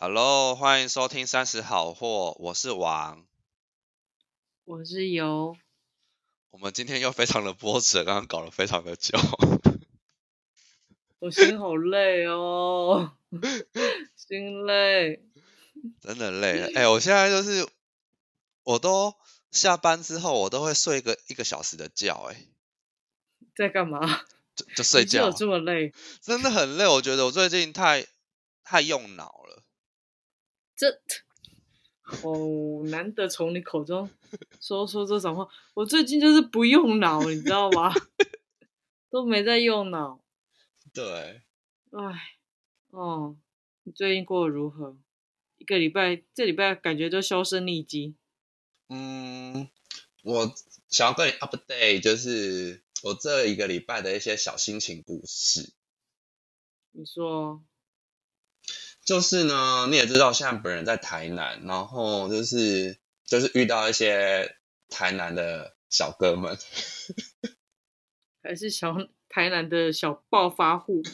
Hello，欢迎收听三十好货，我是王。我是由我们今天又非常的波折，刚刚搞了非常的久。我心好累哦， 心累。真的累了。哎、我现在就是，我都下班之后，我都会睡个一个小时的觉、欸，哎，在干嘛？就就睡你是有觉，这么累？真的很累。我觉得我最近太太用脑了，这哦，难得从你口中说出这种话。我最近就是不用脑，你知道吗？ 都没在用脑。对，唉，哦，你最近过得如何？一个礼拜，这礼拜感觉就销声匿迹。嗯，我想要跟你 update，就是我这一个礼拜的一些小心情故事。你说就是呢，你也知道，现在本人在台南，然后就是就是遇到一些台南的小哥们，还是小 台南的小暴发户们？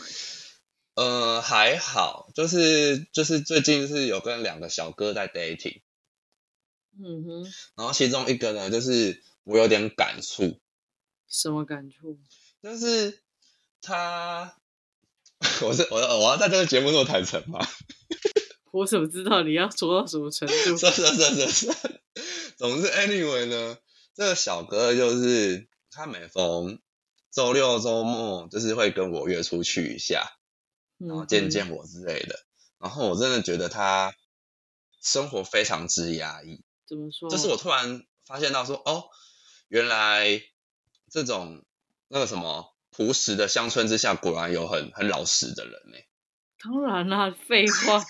呃，还好，就是就是最近是有跟两个小哥在 dating，嗯哼，然后其中一个呢，就是我有点感触，什么感触？就是他， 我是我我要在这个节目这么坦诚吗？我怎么知道你要说到什么程是 度？是是是是，总之，anyway 呢，这个小哥就是他每逢周六周末就是会跟我约出去一下，嗯然后见见我之类的。然后我真的觉得他生活非常之压抑，怎么说？这是我突然发现到说，哦，原来这种那个什么朴实的乡村之下，果然有很很老实的人欸呢、当然啦、废话，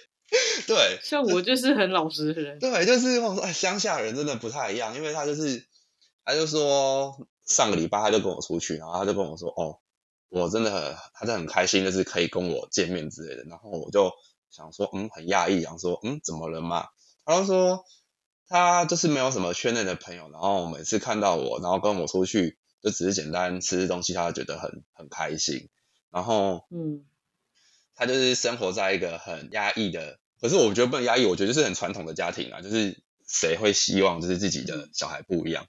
对，像我就是很老实的人。对，就是我说，哎，乡下人真的不太一样，因为他就是，他就说上个礼拜他就跟我出去，然后他就跟我说，哦，我真的很，他真的很开心，就是可以跟我见面之类的。然后我就想说，嗯，很讶异，想说，嗯，怎么了嘛？他就说他就是没有什么圈内的朋友，然后每次看到我，然后跟我出去，就只是简单吃吃东西，他就觉得很很开心。然后嗯，他就是生活在一个很压抑的，可是我觉得不能压抑，我觉得就是很传统的家庭啊，就是谁会希望就是自己的小孩不一样？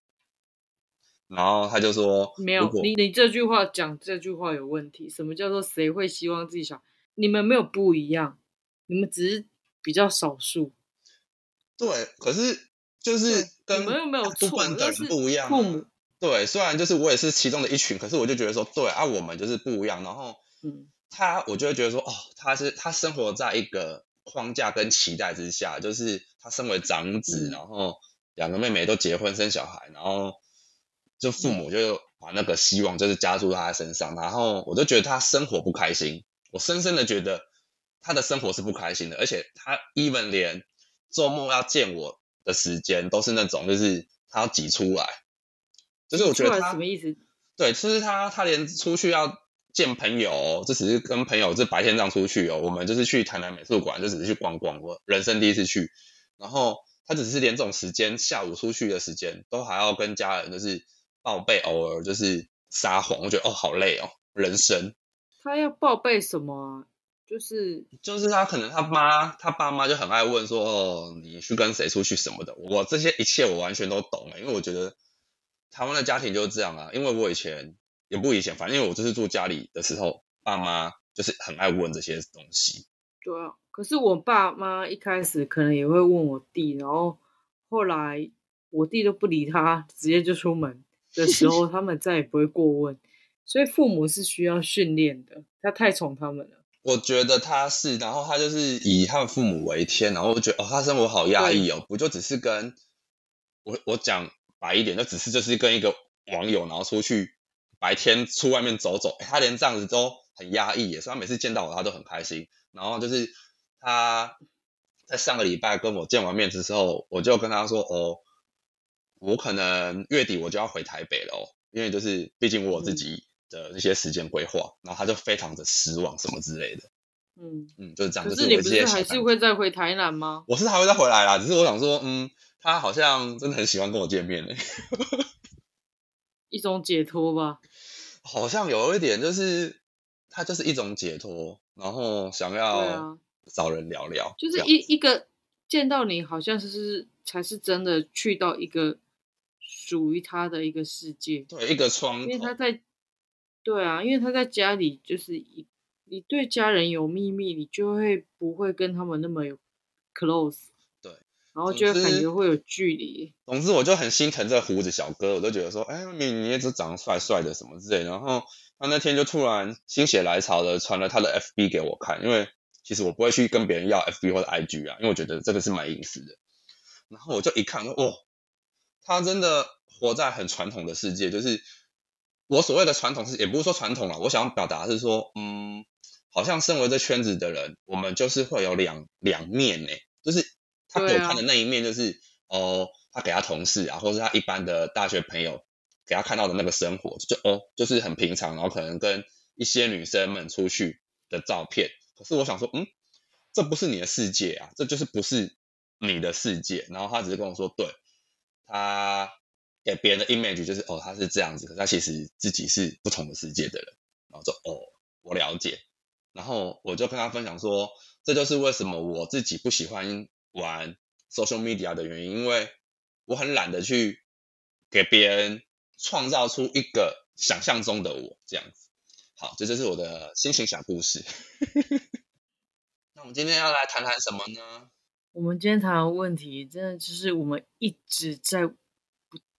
然后他就说，没如有果，你你这句话讲这句话有问题。什么叫做谁会希望自己小？你们没有不一样，你们只是比较少数。对，可是就是跟对你们又没有大部错分的但人是不一样啊、父母对，虽然就是我也是其中的一群，可是我就觉得说，对啊，我们就是不一样。然后嗯，他，我就会觉得说，哦，他是他生活在一个框架跟期待之下，就是他身为长子，嗯然后两个妹妹都结婚生小孩，然后就父嗯母就把那个希望就是加注他身上，然后我就觉得他生活不开心，我深深的觉得他的生活是不开心的，而且他 even 连周末要见我的时间都是那种就是他要挤出来，就是我觉出得来他什么意思？对，就是他，他连出去要见朋友哦、这只是跟朋友这白天这样出去哦。我们就是去台南美术馆，就只是去逛逛，我人生第一次去。然后他只是连这种时间，下午出去的时间，都还要跟家人就是报备，偶尔就是撒谎。我觉得哦，好累哦，人生。他要报备什么啊？就是就是他可能他妈他爸妈就很爱问说哦你去跟谁出去什么的，我这些一切我完全都懂了，因为我觉得台湾的家庭就是这样啊，因为我以前也不以前，反正因为我就是住家里的时候，爸妈就是很爱问这些东西，对啊，可是我爸妈一开始可能也会问我弟，然后后来我弟都不理他，直接就 出门的时候，他们再也不会过问。所以父母是需要训练的，他太宠他们了。我觉得他是，然后他就是以他的父母为天，然后我觉得哦，他生活好压抑哦，不就只是跟我我讲白一点，就只是就是跟一个网友，然后出去白天出外面走走，诶他连这样子都很压抑耶，所以他每次见到我他都很开心，然后就是他在上个礼拜跟我见完面之后，我就跟他说哦，我可能月底我就要回台北了哦，因为就是毕竟我有自嗯己的一些时间规划，然后他就非常的失望什么之类的，嗯，嗯，就是这样。可就是是你我这不是些小还感是触会再回台南吗？我是还会再回来啦，只是我想说，嗯，他好像真的很喜欢跟我见面欸 嘞、一种解脱吧。好像有一点就是他就是一种解脱，然后想对要啊，找人聊聊，就这是样一一个见到你，好像是才是真的去到一个属于他的一个世界，对一个窗因为他口，在，对啊，因为他在家里就是一，你对家人有秘密，你就会不会跟他们那么有 close，对，然后总就会感之觉会有距离，总之，我就很心疼这胡子小哥，我就觉得说，哎，你你也只长得帅帅的什么之类的。然后他那天就突然心血来潮的传了他的 FB 给我看，因为其实我不会去跟别人要 FB 或者 IG 啊，因为我觉得这个是蛮隐私的。然后我就一看，哇、哦，他真的活在很传统的世界，就是我所谓的传统是，也不是说传统了，我想表达的是说，嗯，好像身为这圈子的人，我们就是会有两两面呢、就是他给对我啊看的那一面，就是、哦，他给他同事啊，或是他一般的大学朋友给他看到的那个生活，就哦，就是很平常，然后可能跟一些女生们出去的照片。可是我想说，嗯，这不是你的世界啊，这就是不是你的世界。然后他只是跟我说，对他给别人的 image 就是哦，他是这样子，可是他其实自己是不同的世界的人。然后就哦，我了解。然后我就跟他分享说，这就是为什么我自己不喜欢玩 social media 的原因，因为我很懒得去给别人创造出一个想象中的我这样子。好，这就是我的心情小故事。那我们今天要来谈谈什么呢？我们今天谈的问题，真的就是我们一直在不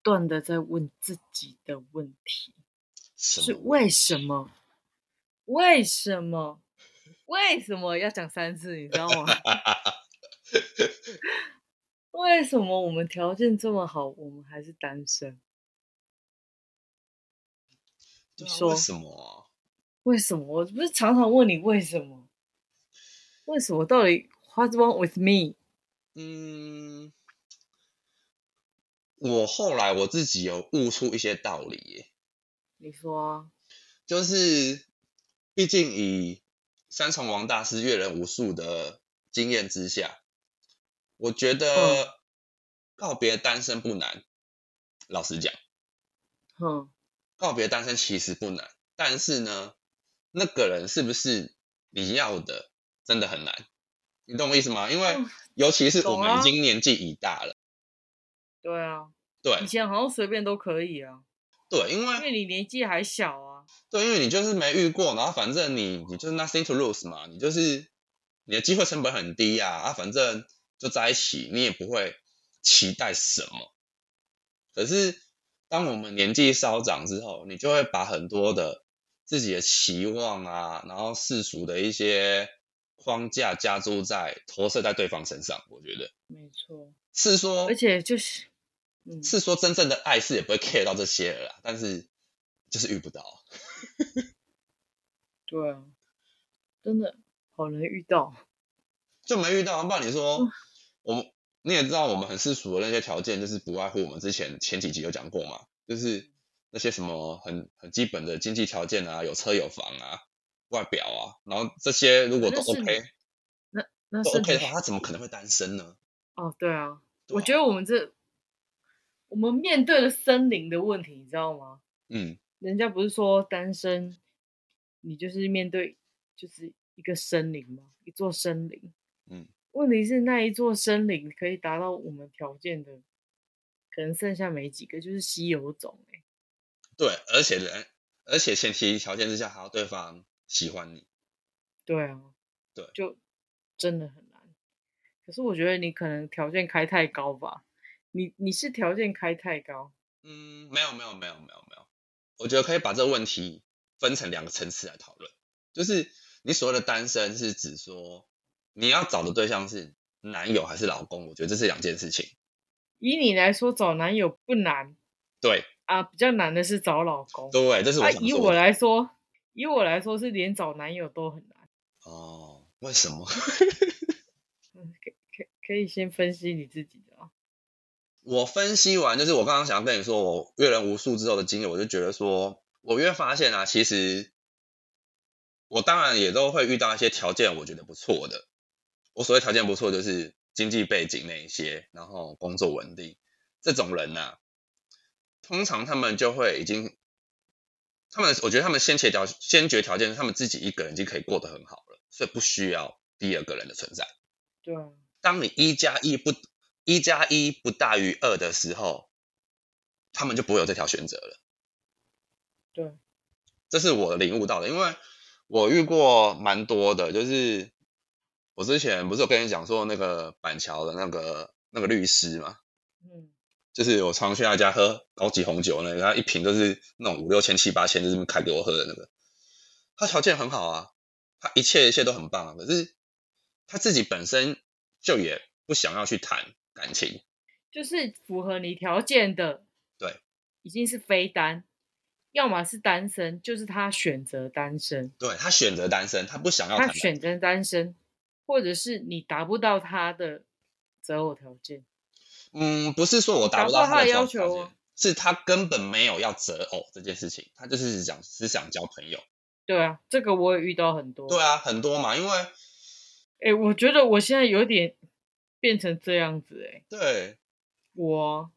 断的在问自己的问题，什是么为什么？为什么？为什么要讲三次？你知 道吗？为什么我们条件这么好，我们还是单身？对你啊说为什么啊？为什么？我不是常常问你为什么？为什么？到底 What's wrong with me？嗯，我后来我自己有悟出一些道理耶你说啊，就是毕竟以三重王大师阅人无数的经验之下，我觉嗯得告别单身不难。老实讲，哼，告别单身其实不难，但是呢，那个人是不是你要的，真的很难。你懂我意思吗？因为嗯尤其是我懂们啊已经年纪已大了，对啊，对以前好像随便都可以啊，对，因为因为你年纪还小啊。对，因为你就是没遇过，然后反正你你就是 nothing to lose 嘛，你就是你的机会成本很低啊，啊，反正就在一起，你也不会期待什么。可是当我们年纪稍长之后，你就会把很多的自己的期望啊，然后世俗的一些框架加注在投射在对方身上。我觉得没错，是说，而且就是，嗯，是说真正的爱是也不会 care 到这些了啦，但是就是遇不到。对啊，真的好难遇到。就没遇到。不然你说嗯，我们你也知道，我们很世俗的那些条件，就是不外乎我们之前前几集有讲过嘛，就是那些什么很很基本的经济条件啊，有车有房啊，外表啊，然后这些如果都那是 OK 那都是哦 OK 的你话，他怎么可能会单身呢？哦，对啊，对我啊觉得我们这我们面对了森林的问题，你知道吗？嗯，人家不是说单身，你就是面对就是一个森林吗？一座森林。嗯，问题是那一座森林可以达到我们条件的，可能剩下没几个，就是稀有种、欸。对，而且人，而且前提条件之下还要对方喜欢你。对啊，对就真的很难。可是我觉得你可能条件开太高吧，你你是条件开太高，嗯，没有没有没有没有没有，我觉得可以把这个问题分成两个层次来讨论。就是你所谓的单身，是指说你要找的对象是男友还是老公？我觉得这是两件事情。以你来说找男友不难对啊，比较难的是找老公。对，这是我啊，想以说我的。来说，以我来说是连找男友都很难。哦，为什么？嗯，可可可以先分析你自己的啊。我分析完，就是我刚刚想要跟你说，我阅人无数之后的经验，我就觉得说，我越发现啊，其实我当然也都会遇到一些条件我觉得不错的。我所谓条件不错，就是经济背景那一些，然后工作稳定这种人呐、通常他们就会已经，他们我觉得他们先决条先决条件，是他们自己一个人已经可以过得很好了，所以不需要第二个人的存在。对啊，当你一加一不一加一不大于二的时候，他们就不会有这条选择了。对，这是我领悟到的，因为我遇过蛮多的，就是我之前不是有跟你讲说那个板桥的那个那个律师嘛，嗯，就是我常去他家喝高级红酒那个，他一瓶就是那种五六千、七八千，就是这么开给我喝的那个。他条件很好啊，他一切一切都很棒啊，可是他自己本身就也不想要去谈感情，就是符合你条件的，对，已经是非单，要么是单身，就是他选择单身，对他选择单身，他不想要他谈感，选择单身，或者是你达不到他的择偶条件，嗯，不是说我达不达到不到他的的要条件求哦是他根本没有要择偶这件事情，他就是只想只想交朋友。对啊，这个我也遇到很多，对啊，很多嘛，因为哎、我觉得我现在有点变成这样子、欸，哎，对，我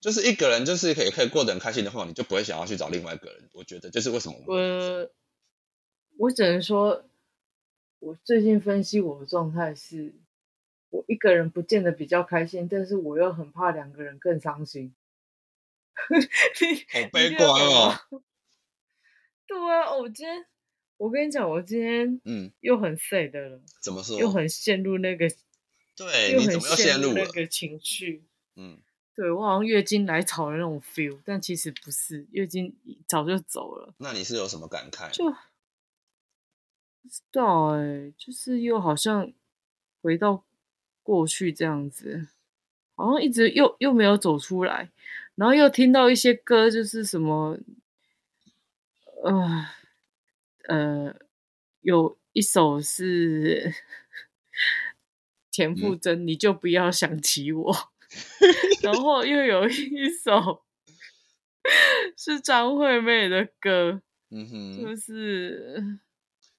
就是一个人就是可以可以过得很开心的话，你就不会想要去找另外一个人。我觉得就是为什么我们我我只能说，我最近分析我的状态是，我一个人不见得比较开心，但是我又很怕两个人更伤心。 好悲观哦。对啊，我今天我跟你讲，我今天嗯，又很 sad 了，怎么说？又很陷入那个，对，又你很怎么又陷入那了？个情绪。嗯，对我好像月经来潮的那种 feel，但其实不是，月经早就走了。那你是有什么感慨？就不知道哎、就是又好像回到过去这样子，好像一直又又没有走出来，然后又听到一些歌，就是什么，呃呃，有一首是 田馥甄，你就不要想起我，然后又有一首 是张惠妹的歌。嗯哼，就是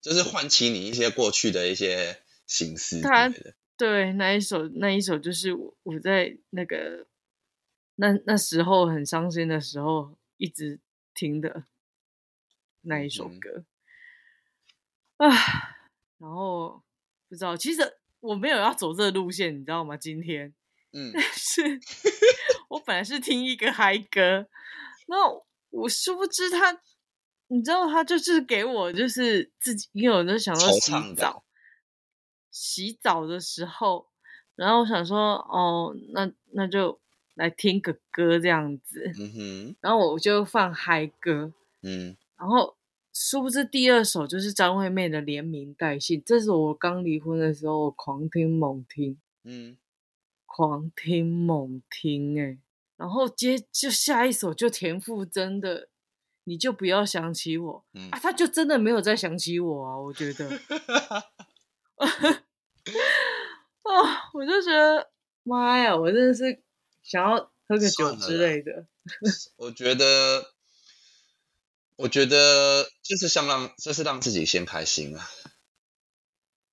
就是唤起你一些过去的一些心思之他类的。对那一首那一首就是我我在那个那那时候很伤心的时候一直听的那一首嗯哼歌、啊，然后不知道其实我没有要走这个路线，你知道吗？今天嗯，是我本来是听一个嗨歌，那我殊不知他，你知道他就是给我就是自己，因为我就想说惆怅洗感澡，洗澡的时候，然后我想说哦，那那就来听个歌这样子，嗯哼，然后我就放嗨歌，嗯然后殊不知第二首就是张惠妹的《连名带姓》，这是我刚离婚的时候我狂听猛听。嗯，狂听猛听哎、然后接就下一首就田馥甄的，你就不要想起我、嗯啊，他就真的没有再想起我啊，我觉得 啊，我就觉得妈呀，我真的是想要喝个酒算了之啦类的， 我觉得，我觉得就是像让，就是让自己先开心啊。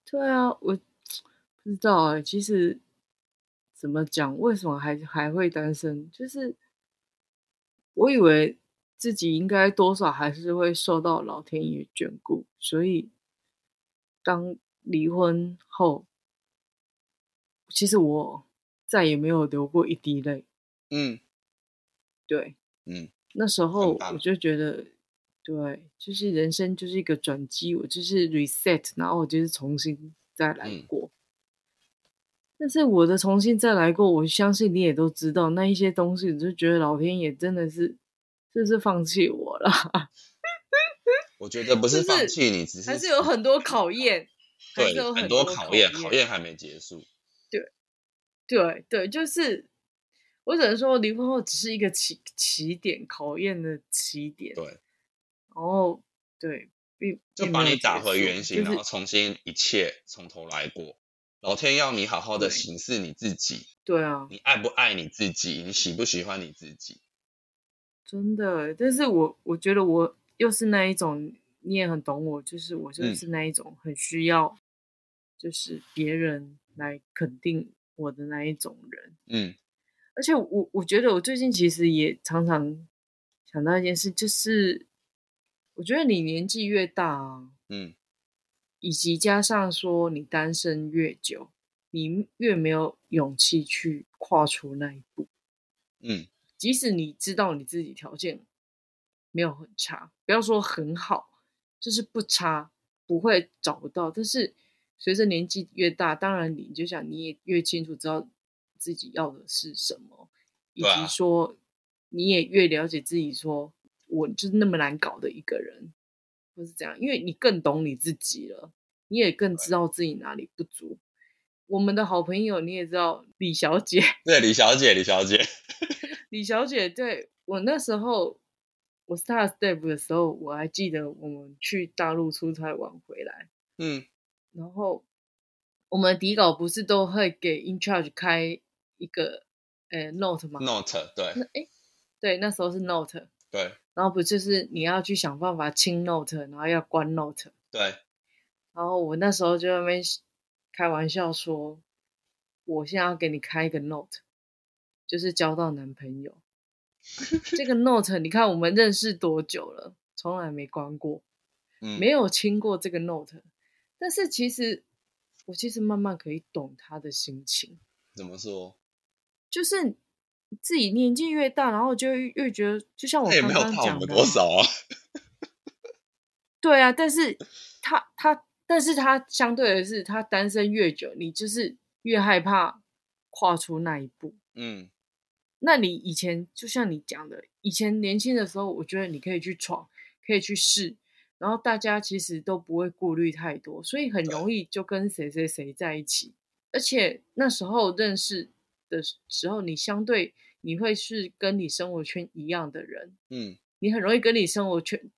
对啊，我不知道哎、其实怎么讲，为什么还还会单身？就是我以为自己应该多少还是会受到老天爷眷顾，所以当离婚后，其实我再也没有流过一滴泪。嗯对，嗯，那时候棒我就觉得，对，就是人生就是一个转机，我就是 reset，然后我就是重新再来嗯过。但是我的重新再来过，我相信你也都知道，那一些东西，你就觉得老天爷真的是，是不是放弃我了？我觉得不是就是放弃你，只是还是有很多考验，还对是有很多考验，考验还没结束。对对，就是我只能说，离婚后只是一个起起点，考验的起点。对然后对，并就并把没有你打结回束原形，就然是后重新一切从头来过。老天要你好好的对审视你自己，对啊，你爱不爱你自己，你喜不喜欢你自己。真的。但是我我觉得我又是那一种，你也很懂我，就是我就嗯是那一种很需要，就是别人来肯定我的那一种人。嗯而且我我觉得我最近其实也常常想到一件事，就是我觉得你年纪越大啊、嗯以及加上说你单身越久，你越没有勇气去跨出那一步。嗯，即使你知道你自己条件没有很差，不要说很好，就是不差，不会找不到。但是随着年纪越大，当然你就想你也越清楚知道自己要的是什么，以对啊及说你也越了解自己说我就是那么难搞的一个人，或是这样，因为你更懂你自己了，你也更知道自己哪里不足。我们的好朋友你也知道李小姐，对，李小姐，李小姐，李小姐对我那时候，我 star step 的时候，我还记得我们去大陆出差玩回来，嗯，然后我们底稿不是都会给 in charge 开一个呃 note 吗？ note，对那 诶，对，那时候是 note，对然后不就是你要去想办法清 note，然后要关 note，对，然后我那时候就在那边开玩笑说，我现在要给你开一个 note，就是交到男朋友。这个 note，你看我们认识多久了，从来没关过，嗯，没有亲过这个 note。但是其实我其实慢慢可以懂他的心情，怎么说，就是自己年纪越大，然后就越越觉得，就像我他也刚没有刚怕我讲们的多啊，少啊，对啊，但是他他，但是他相对的是，他单身越久，你就是越害怕跨出那一步。嗯，那你以前就像你讲的，以前年轻的时候，我觉得你可以去闯，可以去试，然后大家其实都不会顾虑太多，所以很容易就跟谁谁谁在一起。而且那时候认识的时候，你相对你会是跟你生活圈一样的人，嗯你很容易跟你生活圈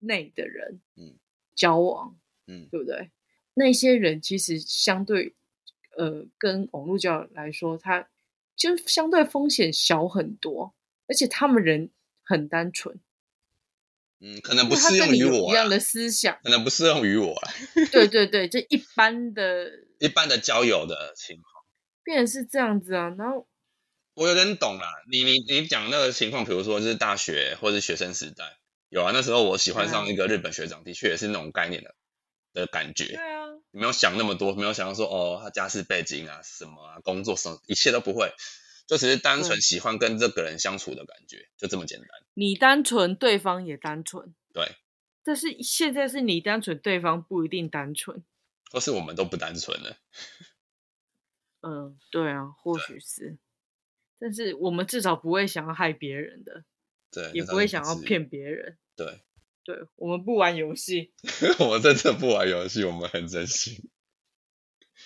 内的人，嗯交往，嗯对不对？那些人其实相对，呃，跟网络交友来说，他就相对风险小很多，而且他们人很单纯，嗯，可能因不为他适用跟你于有我啊一样啦，，的思想可能不适用于我啦，对对对，这一般的一般的交友的情况，变成是这样子啊。然后我有点懂啦，你你你讲那个情况，比如说就是大学或是学生时代，有啊，那时候我喜欢对啊上一个日本学长，的确也是那种概念的的感觉，对啊，没有想那么多，没有想到说哦，他家世背景啊，什么啊，工作什么，一切都不会，就只是单纯对喜欢跟这个人相处的感觉，就这么简单。你单纯，对方也单纯，对，但是现在是你单纯，对方不一定单纯。或是我们都不单纯了，嗯，对啊，或许是，但是我们至少不会想要害别人的，对，也那不倒会是想要至于。骗别人。对， 对我们不玩游戏，我们真的不玩游戏，我们很真心。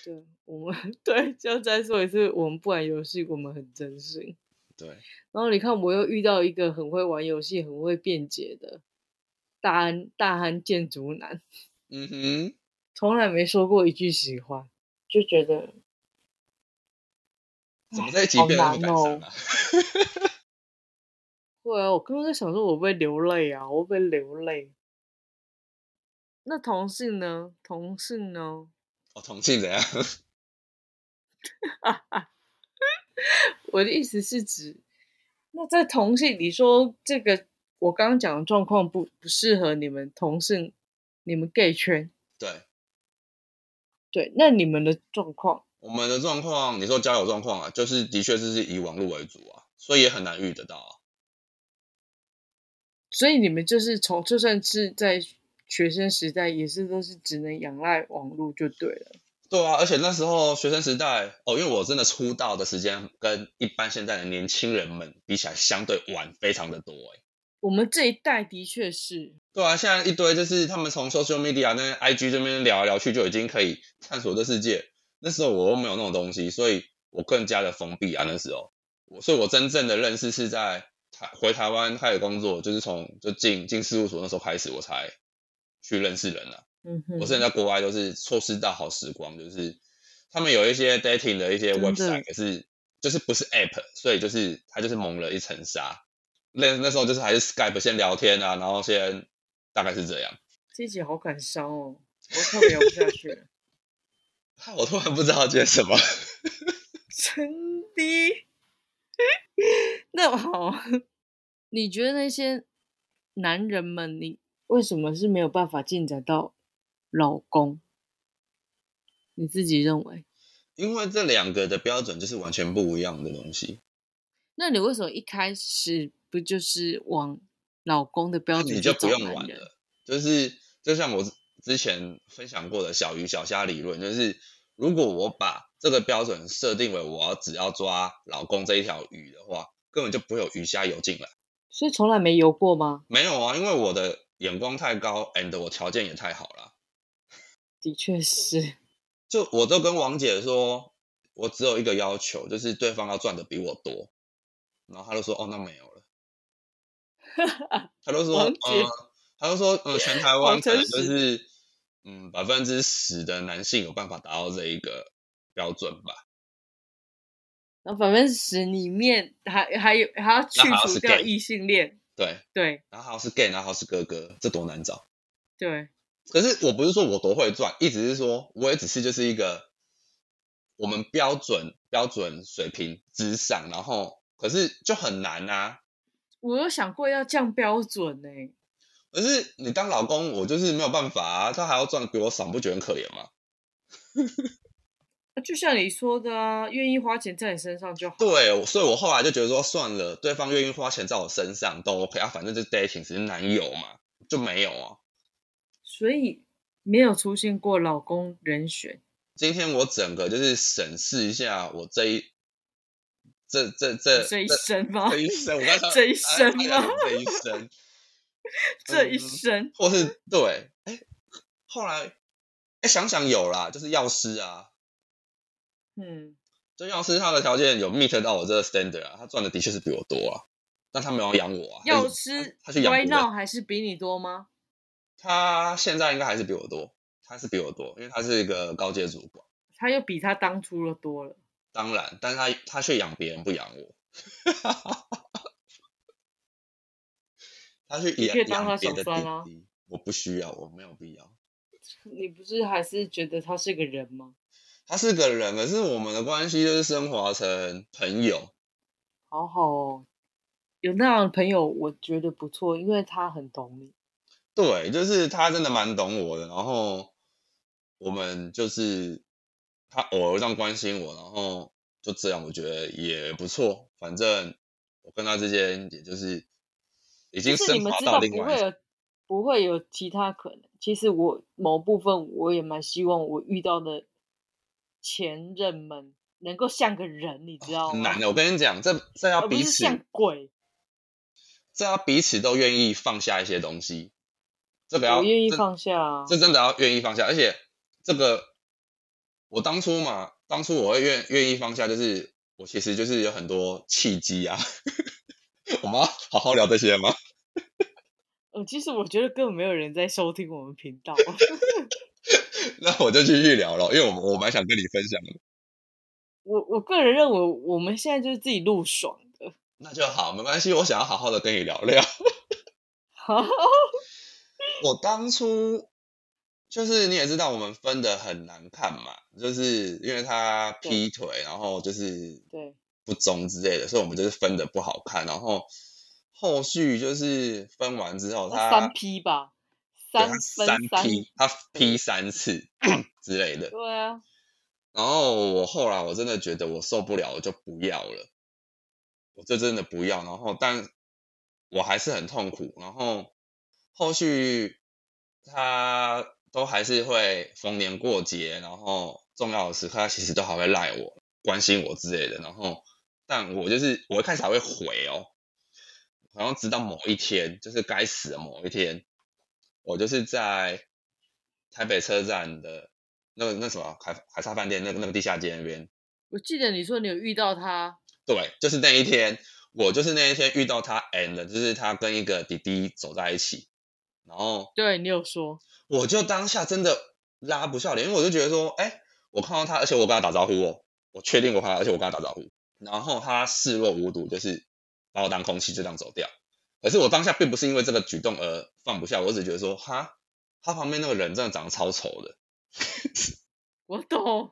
对我们 对，就再说一次，我们不玩游戏，我们很真心。对，然后你看，我又遇到一个很会玩游戏、很会辩解的大安大安建筑男，嗯哼，从来没说过一句喜欢，就觉得怎么在一起好变得那么难感伤哦啊？对啊，我刚刚在想说，我会不会流泪啊？我会不会流泪？那同性呢？同性呢？哦，同性怎样？ 我的意思是指，那在同性，你说这个我刚刚讲的状况不不适合你们同性，你们 gay 圈，对，对，那你们的状况，我们的状况，你说交友状况啊，就是的确是以网络为主啊，所以也很难遇得到啊。所以你们就是从就算是在学生时代，也是都是只能仰赖网络就对了。对啊，而且那时候学生时代哦，因为我真的出道的时间跟一般现在的年轻人们比起来，相对晚非常的多哎。我们这一代的确是，对啊，现在一堆就是他们从 social media 那 IG 这边聊来聊去就已经可以探索这世界。那时候我又没有那种东西，所以我更加的封闭啊。那时候，我所以我真正的认识是在台回台湾开始工作，就是从就进进事务所那时候开始，我才去认识人啊。嗯哼，我之前在国外都是错失到好时光，就是他们有一些 dating 的一些真的 website，可是就是不是 app，所以就是它就是蒙了一层纱。那那时候就是还是 Skype 先聊天啊，然后先大概是这样。 这一集好感伤哦，我特别聊不下去了，啊我突然不知道接什么， 真的。 那好，你觉得那些男人们，你为什么是没有办法进展到老公你自己认为？因为这两个的标准就是完全不一样的东西。那你为什么一开始不就是往老公的标那准你去就不找用男玩人？了。就是就像我之前分享过的小鱼小虾理论，就是如果我把这个标准设定为我要只要抓老公这一条鱼的话，根本就不会有鱼虾游进来。所以从来没游过吗？没有啊，因为我的眼光太高，and 我条件也太好了。的确是，就我都跟王姐说，我只有一个要求，就是对方要赚的比我多。然后她就说：“哦，那没有了。”她就说：“王姐嗯，她就说，嗯，全台湾好可诚能实就是嗯百分之十的男性有办法达到这一个标准吧。然后百分之十里面还还有还要去那还要除是掉 gay 异性恋，对，对然后还有是 gay，然后还有是哥哥，这多难找。对，可是我不是说我多会赚，一直是说我也只是就是一个我们标准标准水平之上，然后可是就很难啊。”我有想过要降标准呢、欸可是你当老公，我就是没有办法啊，他还要赚比我少，你不觉得很可怜吗？就像你说的啊，愿意花钱在你身上就好。对，我所以我后来就觉得说，算了，对方愿意花钱在我身上都 OK 啊，反正就是 dating 只是男友嘛，就没有啊。所以没有出现过老公人选，今天我整个就是审视一下我这一这这这这一生吗这？一生，我刚才 这一生哎吗哎这一生，这一嗯生或是对，哎，后来哎想想有啦，就是药师啊，嗯，就药师他的条件有 meet 到我这个 standard 啊，他赚的的确是比我多啊，但他没有养我啊。他药是师他去养歪别人闹还是比你多吗？他现在应该还是比我多，他是比我多，因为他是一个高阶主管。他又比他当初的多了。当然，但是他他却养别人不养我，他去你养可以当养他别的小三啊弟弟，我不需要，我没有必要。你不是还是觉得他是个人吗？他是个人，可是我们的关系就是升华成朋友，好好哦，有那样的朋友我觉得不错，因为他很懂你。对，就是他真的蛮懂我的，然后我们就是他偶尔这样关心我，然后就这样，我觉得也不错。反正我跟他之间也就是已经就是你升们华知到道另不外会一有不会有其他可能。其实我某部分我也蛮希望我遇到的前任们能够像个人，你知道很吗难？的。我跟你讲，这这要而不彼是此，像鬼。这要彼此都愿意放下一些东西，这个要我愿意这放下啊。这真的要愿意放下，而且这个我当初嘛，当初我会愿愿意放下，就是我其实就是有很多契机啊。 我们要好好聊这些吗？呃，其实我觉得根本没有人在收听我们频道。 那我就继续聊了，因为我我蛮想跟你分享的。我我个人认为，我们现在就是自己录爽的。那就好，没关系，我想要好好的跟你聊聊。好，我当初就是你也知道，我们分的很难看嘛，就是因为他劈腿，然后就是对，不忠之类的，所以我们就是分的不好看。然后后续就是分完之后，那他哦三 P 吧，对他三分三批，他批三次 之类的。对啊，然后我后来我真的觉得我受不了，我就不要了，我就真的不要。然后但我还是很痛苦。然后后续他都还是会逢年过节，然后重要的时刻他其实都还会赖我、关心我之类的。然后但我就是我一开始还会回哦，然后直到某一天，就是该死的某一天，我就是在台北车站的那个那什么海海沙饭店那个那个地下街那边，我记得你说你有遇到他，对，就是那一天，我就是那一天遇到他 and 就是他跟一个弟弟走在一起，然后对你有说，我就当下真的拉不下脸，因为我就觉得说，哎，我看到他，而且我跟他打招呼哦，我确定我看到他，而且我跟他打招呼，然后他视若无睹，就是把我当空气就这样走掉。可是我当下并不是因为这个举动而放不下，我只是觉得说，哈，他旁边那个人真的长得超丑的， 我懂，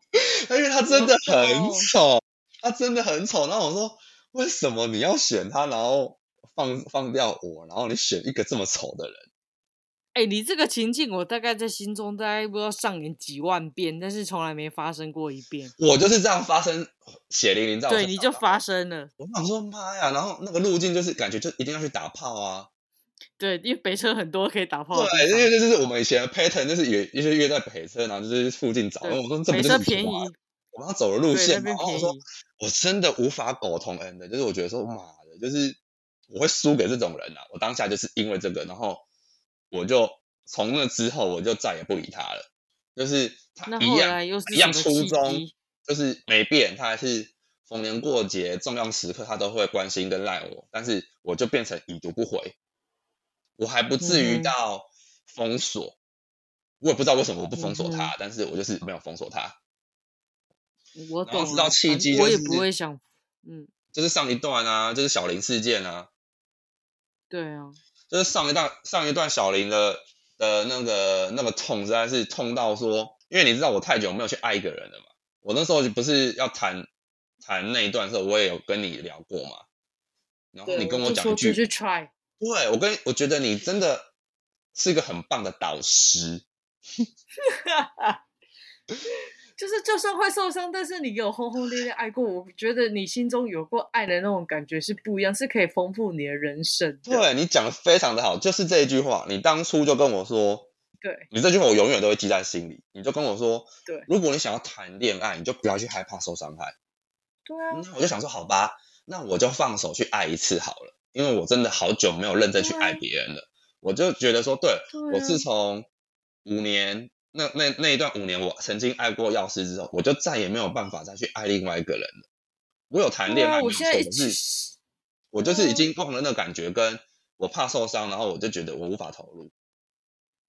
因为他真的我很懂丑，他真的很丑。然后我说，为什么你要选他，然后放放掉我，然后你选一个这么丑的人？哎、哎、你这个情境，我大概在心中大概不知道上演几万遍，但是从来没发生过一遍。我就是这样发生血淋淋在我对，身你上就的啊发生了。我想说妈呀，然后那个路径就是感觉就一定要去打炮啊，对，因为北车很多可以打炮的地方。对，因为这就是我们以前的 pattern，就是约就是约在北车，然后就是附近找，对然后我说这不北就车是便宜我们，我们要走的路对，那线嘛，边然后便我宜。说我真的无法苟同 N 的，就是我觉得说妈的，就是我会输给这种人啊，我当下就是因为这个，然后我就从那之后我就再也不理他了，就是他那一后样来又是一什样么初契衷机？就是没变，他还是逢年过节、重要时刻他都会关心跟赖我，但是我就变成已读不回，我还不至嗯于哼到封锁，我也不知道为什么我不封锁嗯他，但是我就是没有封锁他。我然后懂知道了契反机我就也是不会想，嗯，就是上一段啊，就是小林事件啊，对啊，就是上一段上一段小林的的那个那个痛，实在是痛到说，因为你知道我太久没有去爱一个人了嘛。我那时候就不是要谈谈那一段的时候，我也有跟你聊过嘛。然后对你跟我就讲说一出句，去 try， 对我跟我觉得你真的是一个很棒的导师，就是就算会受伤，但是你有轰轰烈烈爱过，我觉得你心中有过爱的那种感觉是不一样，是可以丰富你的人生的。对你讲的非常的好，就是这一句话，你当初就跟我说，对你这句话我永远都会记在心里，你就跟我说，对如果你想要谈恋爱，你就不要去害怕受伤害。对啊，嗯那我就想说，好吧，那我就放手去爱一次好了，因为我真的好久没有认真去爱别人了。我就觉得说，对对我啊自从五年那那那一段五年，我曾经爱过药师之后，我就再也没有办法再去爱另外一个人了。我有谈对恋啊爱没有我错，现在可是我嗯就是已经忘了那感觉，跟我怕受伤，然后我就觉得我无法投入，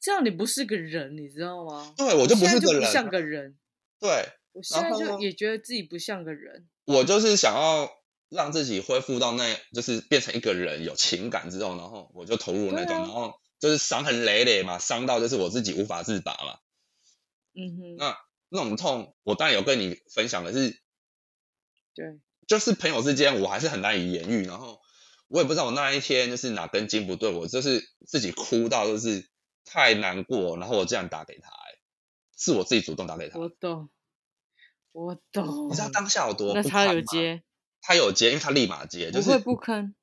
这样你不是个人，你知道吗？对我就不现在是就个不人像啊，个人，对我现在后就呢也觉得自己不像个人。我就是想要让自己恢复到那，就是变成一个人有情感之后，然后我就投入那对种，啊然后就是伤痕累累嘛，伤到就是我自己无法自拔嘛。嗯哼，那那种痛，我当然有跟你分享的是，对，就是朋友之间我还是很难以言喻，然后我也不知道我那一天就是哪根筋不对，我就是自己哭到就是太难过，然后我这样打给他、欸，是我自己主动打给他，我懂，我懂。你知道当下有多那不他堪有吗，接，他有接，因为他立马接，就不是会不坑。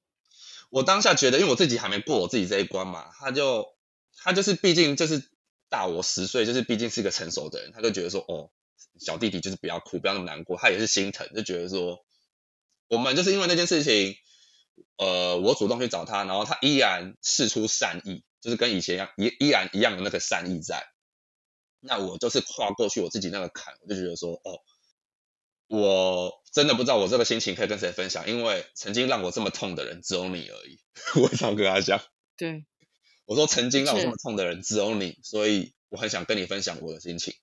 我当下觉得，因为我自己还没过我自己这一关嘛，他就他就是毕竟就是大我十岁，就是毕竟是个成熟的人，他就觉得说，哦，小弟弟就是不要哭，不要那么难过，他也是心疼，就觉得说，我们就是因为那件事情，呃，我主动去找他，然后他依然示出善意，就是跟以前一样，依依然一样的那个善意在。那我就是跨过去我自己那个坎，我就觉得说，哦，我真的不知道我这个心情可以跟谁分享，因为曾经让我这么痛的人只有你而已。 我常跟他讲，对，我说曾经让我是这么痛的人只有你，所以我很想跟你分享我的心情。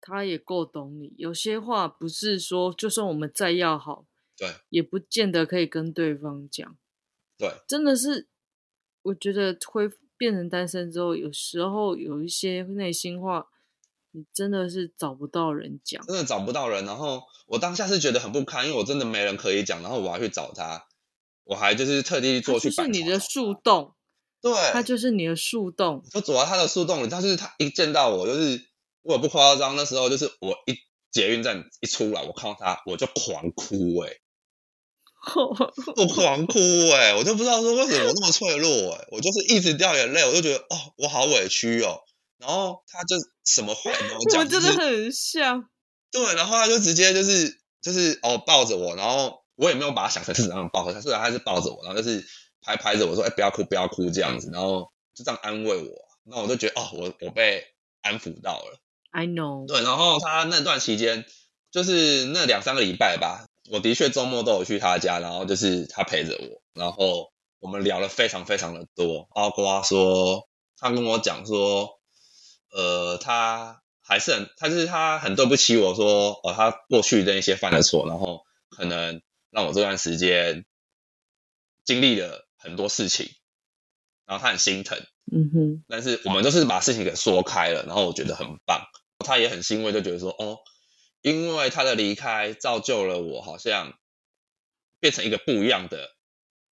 他也够懂你。有些话不是说，就算我们再要好，对，也不见得可以跟对方讲。对，真的是，我觉得恢复变成单身之后，有时候有一些内心话，你真的是找不到人讲。真的找不到人，然后我当下是觉得很不堪，因为我真的没人可以讲，然后我还去找他，我还就是特地它做去就板是桥你的找树他，洞，对，它就是你的树洞。 就走到他的树洞里，他就是他一见到我，就是我也不夸张，那时候就是我一捷运站一出来，我看到他我就狂哭哎、我狂哭哎、我就不知道说为什么我那么脆弱哎、我就是一直掉眼泪，我就觉得哦，我好委屈哦。然后他就什么话也 没有我讲，们就真是的很像，对，然后他就直接就是就是哦抱着我，然后我也没有把他想成是那种抱着他，虽然他是抱着我，然后就是拍拍着我说，哎、不要哭不要哭这样子，然后就这样安慰我，那我就觉得哦，我我被安抚到了。 I know。对，然后他那段期间，就是那两三个礼拜吧，我的确周末都有去他家，然后就是他陪着我，然后我们聊了非常非常的多，包括说他跟我讲说，呃，他还是很，他就是他很对不起我说，哦，他过去的一些犯的错，然后可能让我这段时间经历了很多事情，然后他很心疼。嗯哼，但是我们都是把事情给说开了，然后我觉得很棒，他也很欣慰，就觉得说哦，因为他的离开造就了我，好像变成一个不一样的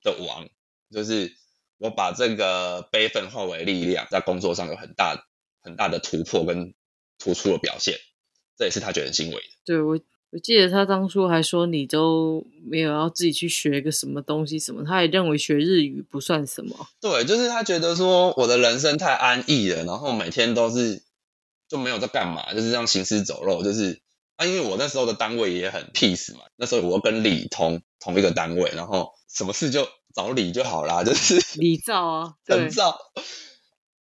的王，就是我把这个悲愤化为力量，在工作上有很大很大的突破跟突出的表现，这也是他觉得很欣慰的。对我，我记得他当初还说你都没有要自己去学个什么东西什么，他也认为学日语不算什么。对，就是他觉得说我的人生太安逸了，然后每天都是就没有在干嘛，就是这样行尸走肉，就是啊，因为我那时候的单位也很 peace 嘛，那时候我跟李同同一个单位，然后什么事就找李就好啦，就是 李照啊，对很，燥。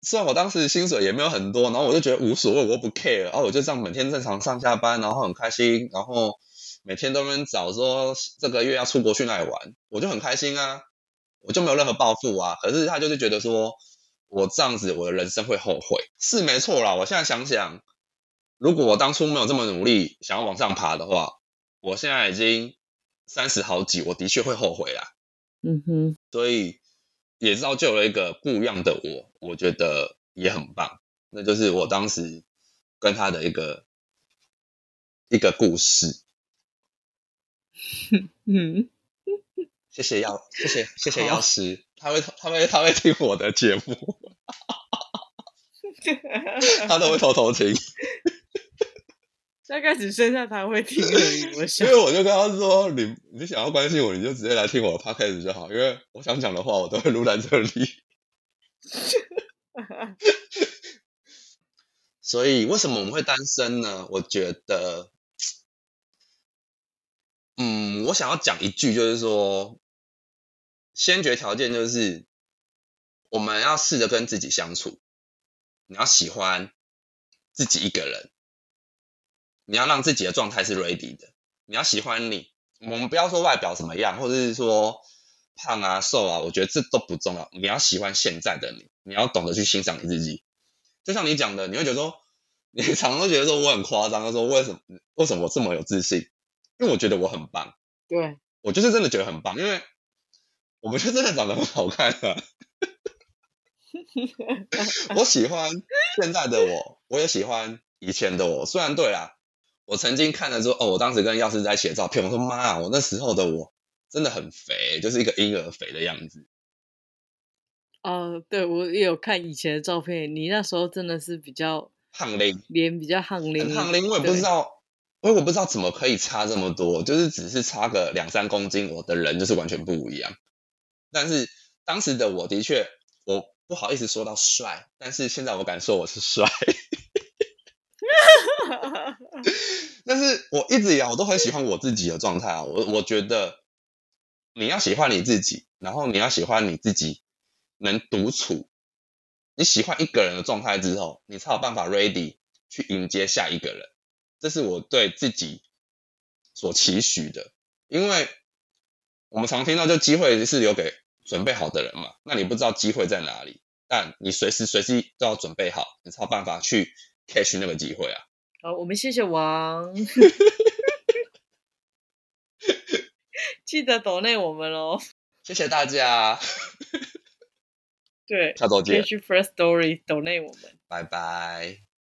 虽然我当时薪水也没有很多，然后我就觉得无所谓，我不 care，然后我就这样每天正常上下班，然后很开心，然后每天都能找说这个月要出国去哪里玩，我就很开心啊，我就没有任何抱负啊。可是他就是觉得说我这样子，我的人生会后悔，是没错啦。我现在想想，如果我当初没有这么努力，想要往上爬的话，我现在已经三十好几，我的确会后悔啦。嗯 哼，所以也造就了一个不一样的我，我觉得也很棒。那就是我当时跟他的一个一个故事。嗯， 谢谢药，谢谢谢谢药师，他会他会他会听我的节目， 他都会偷偷 听，大概只剩下他会听而已。我因 想为我就跟他说，你你想要关心我，你就直接来听我的 podcast 就好，因为我想讲的话我都会录在这里。所以为什么我们会单身呢？我觉得，嗯，我想要讲一句，就是说，先决条件就是我们要试着跟自己相处，你要喜欢自己一个人，你要让自己的状态是 ready 的，你要喜欢你。我们不要说外表怎么样，或者是说胖啊、瘦啊，我觉得这都不重要。你要喜欢现在的你，你要懂得去欣赏你自己。就像你讲的，你会觉得说，你常常都觉得说我很夸张，他说为什么为什么我这么有自信？因为我觉得我很棒，对，我就是真的觉得很棒，因为我们就真的长得很好看啊。 我喜欢现在的我，我也喜欢以前的我。虽然对啦，我曾经看了说，哦，我当时跟药师在一起的照片，我说妈啊，我那时候的我真的很肥，就是一个婴儿肥的样子。呃，对我也有看以前的照片，你那时候真的是比较胖嘞，脸比较夯很脸，胖林我也不知道，因为我不知道怎么可以差这么多，就是只是差个两三公斤，我的人就是完全不一样。但是当时的我的确，我不好意思说到帅，但是现在我敢说我是帅。对。但是我一直以来我都很喜欢我自己的状态啊，我我觉得你要喜欢你自己，然后你要喜欢你自己能独处，你喜欢一个人的状态之后，你才有办法 ready 去迎接下一个人，这是我对自己所期许的，因为我们常听到就机会是留给准备好的人嘛，那你不知道机会在哪里，但你随时随地都要准备好，你才有办法去 catch 那个机会啊。 好，我们谢谢王， 记得抖内我们哦。谢谢大家，对，下周可以见，去 First Story 抖内我们。拜拜。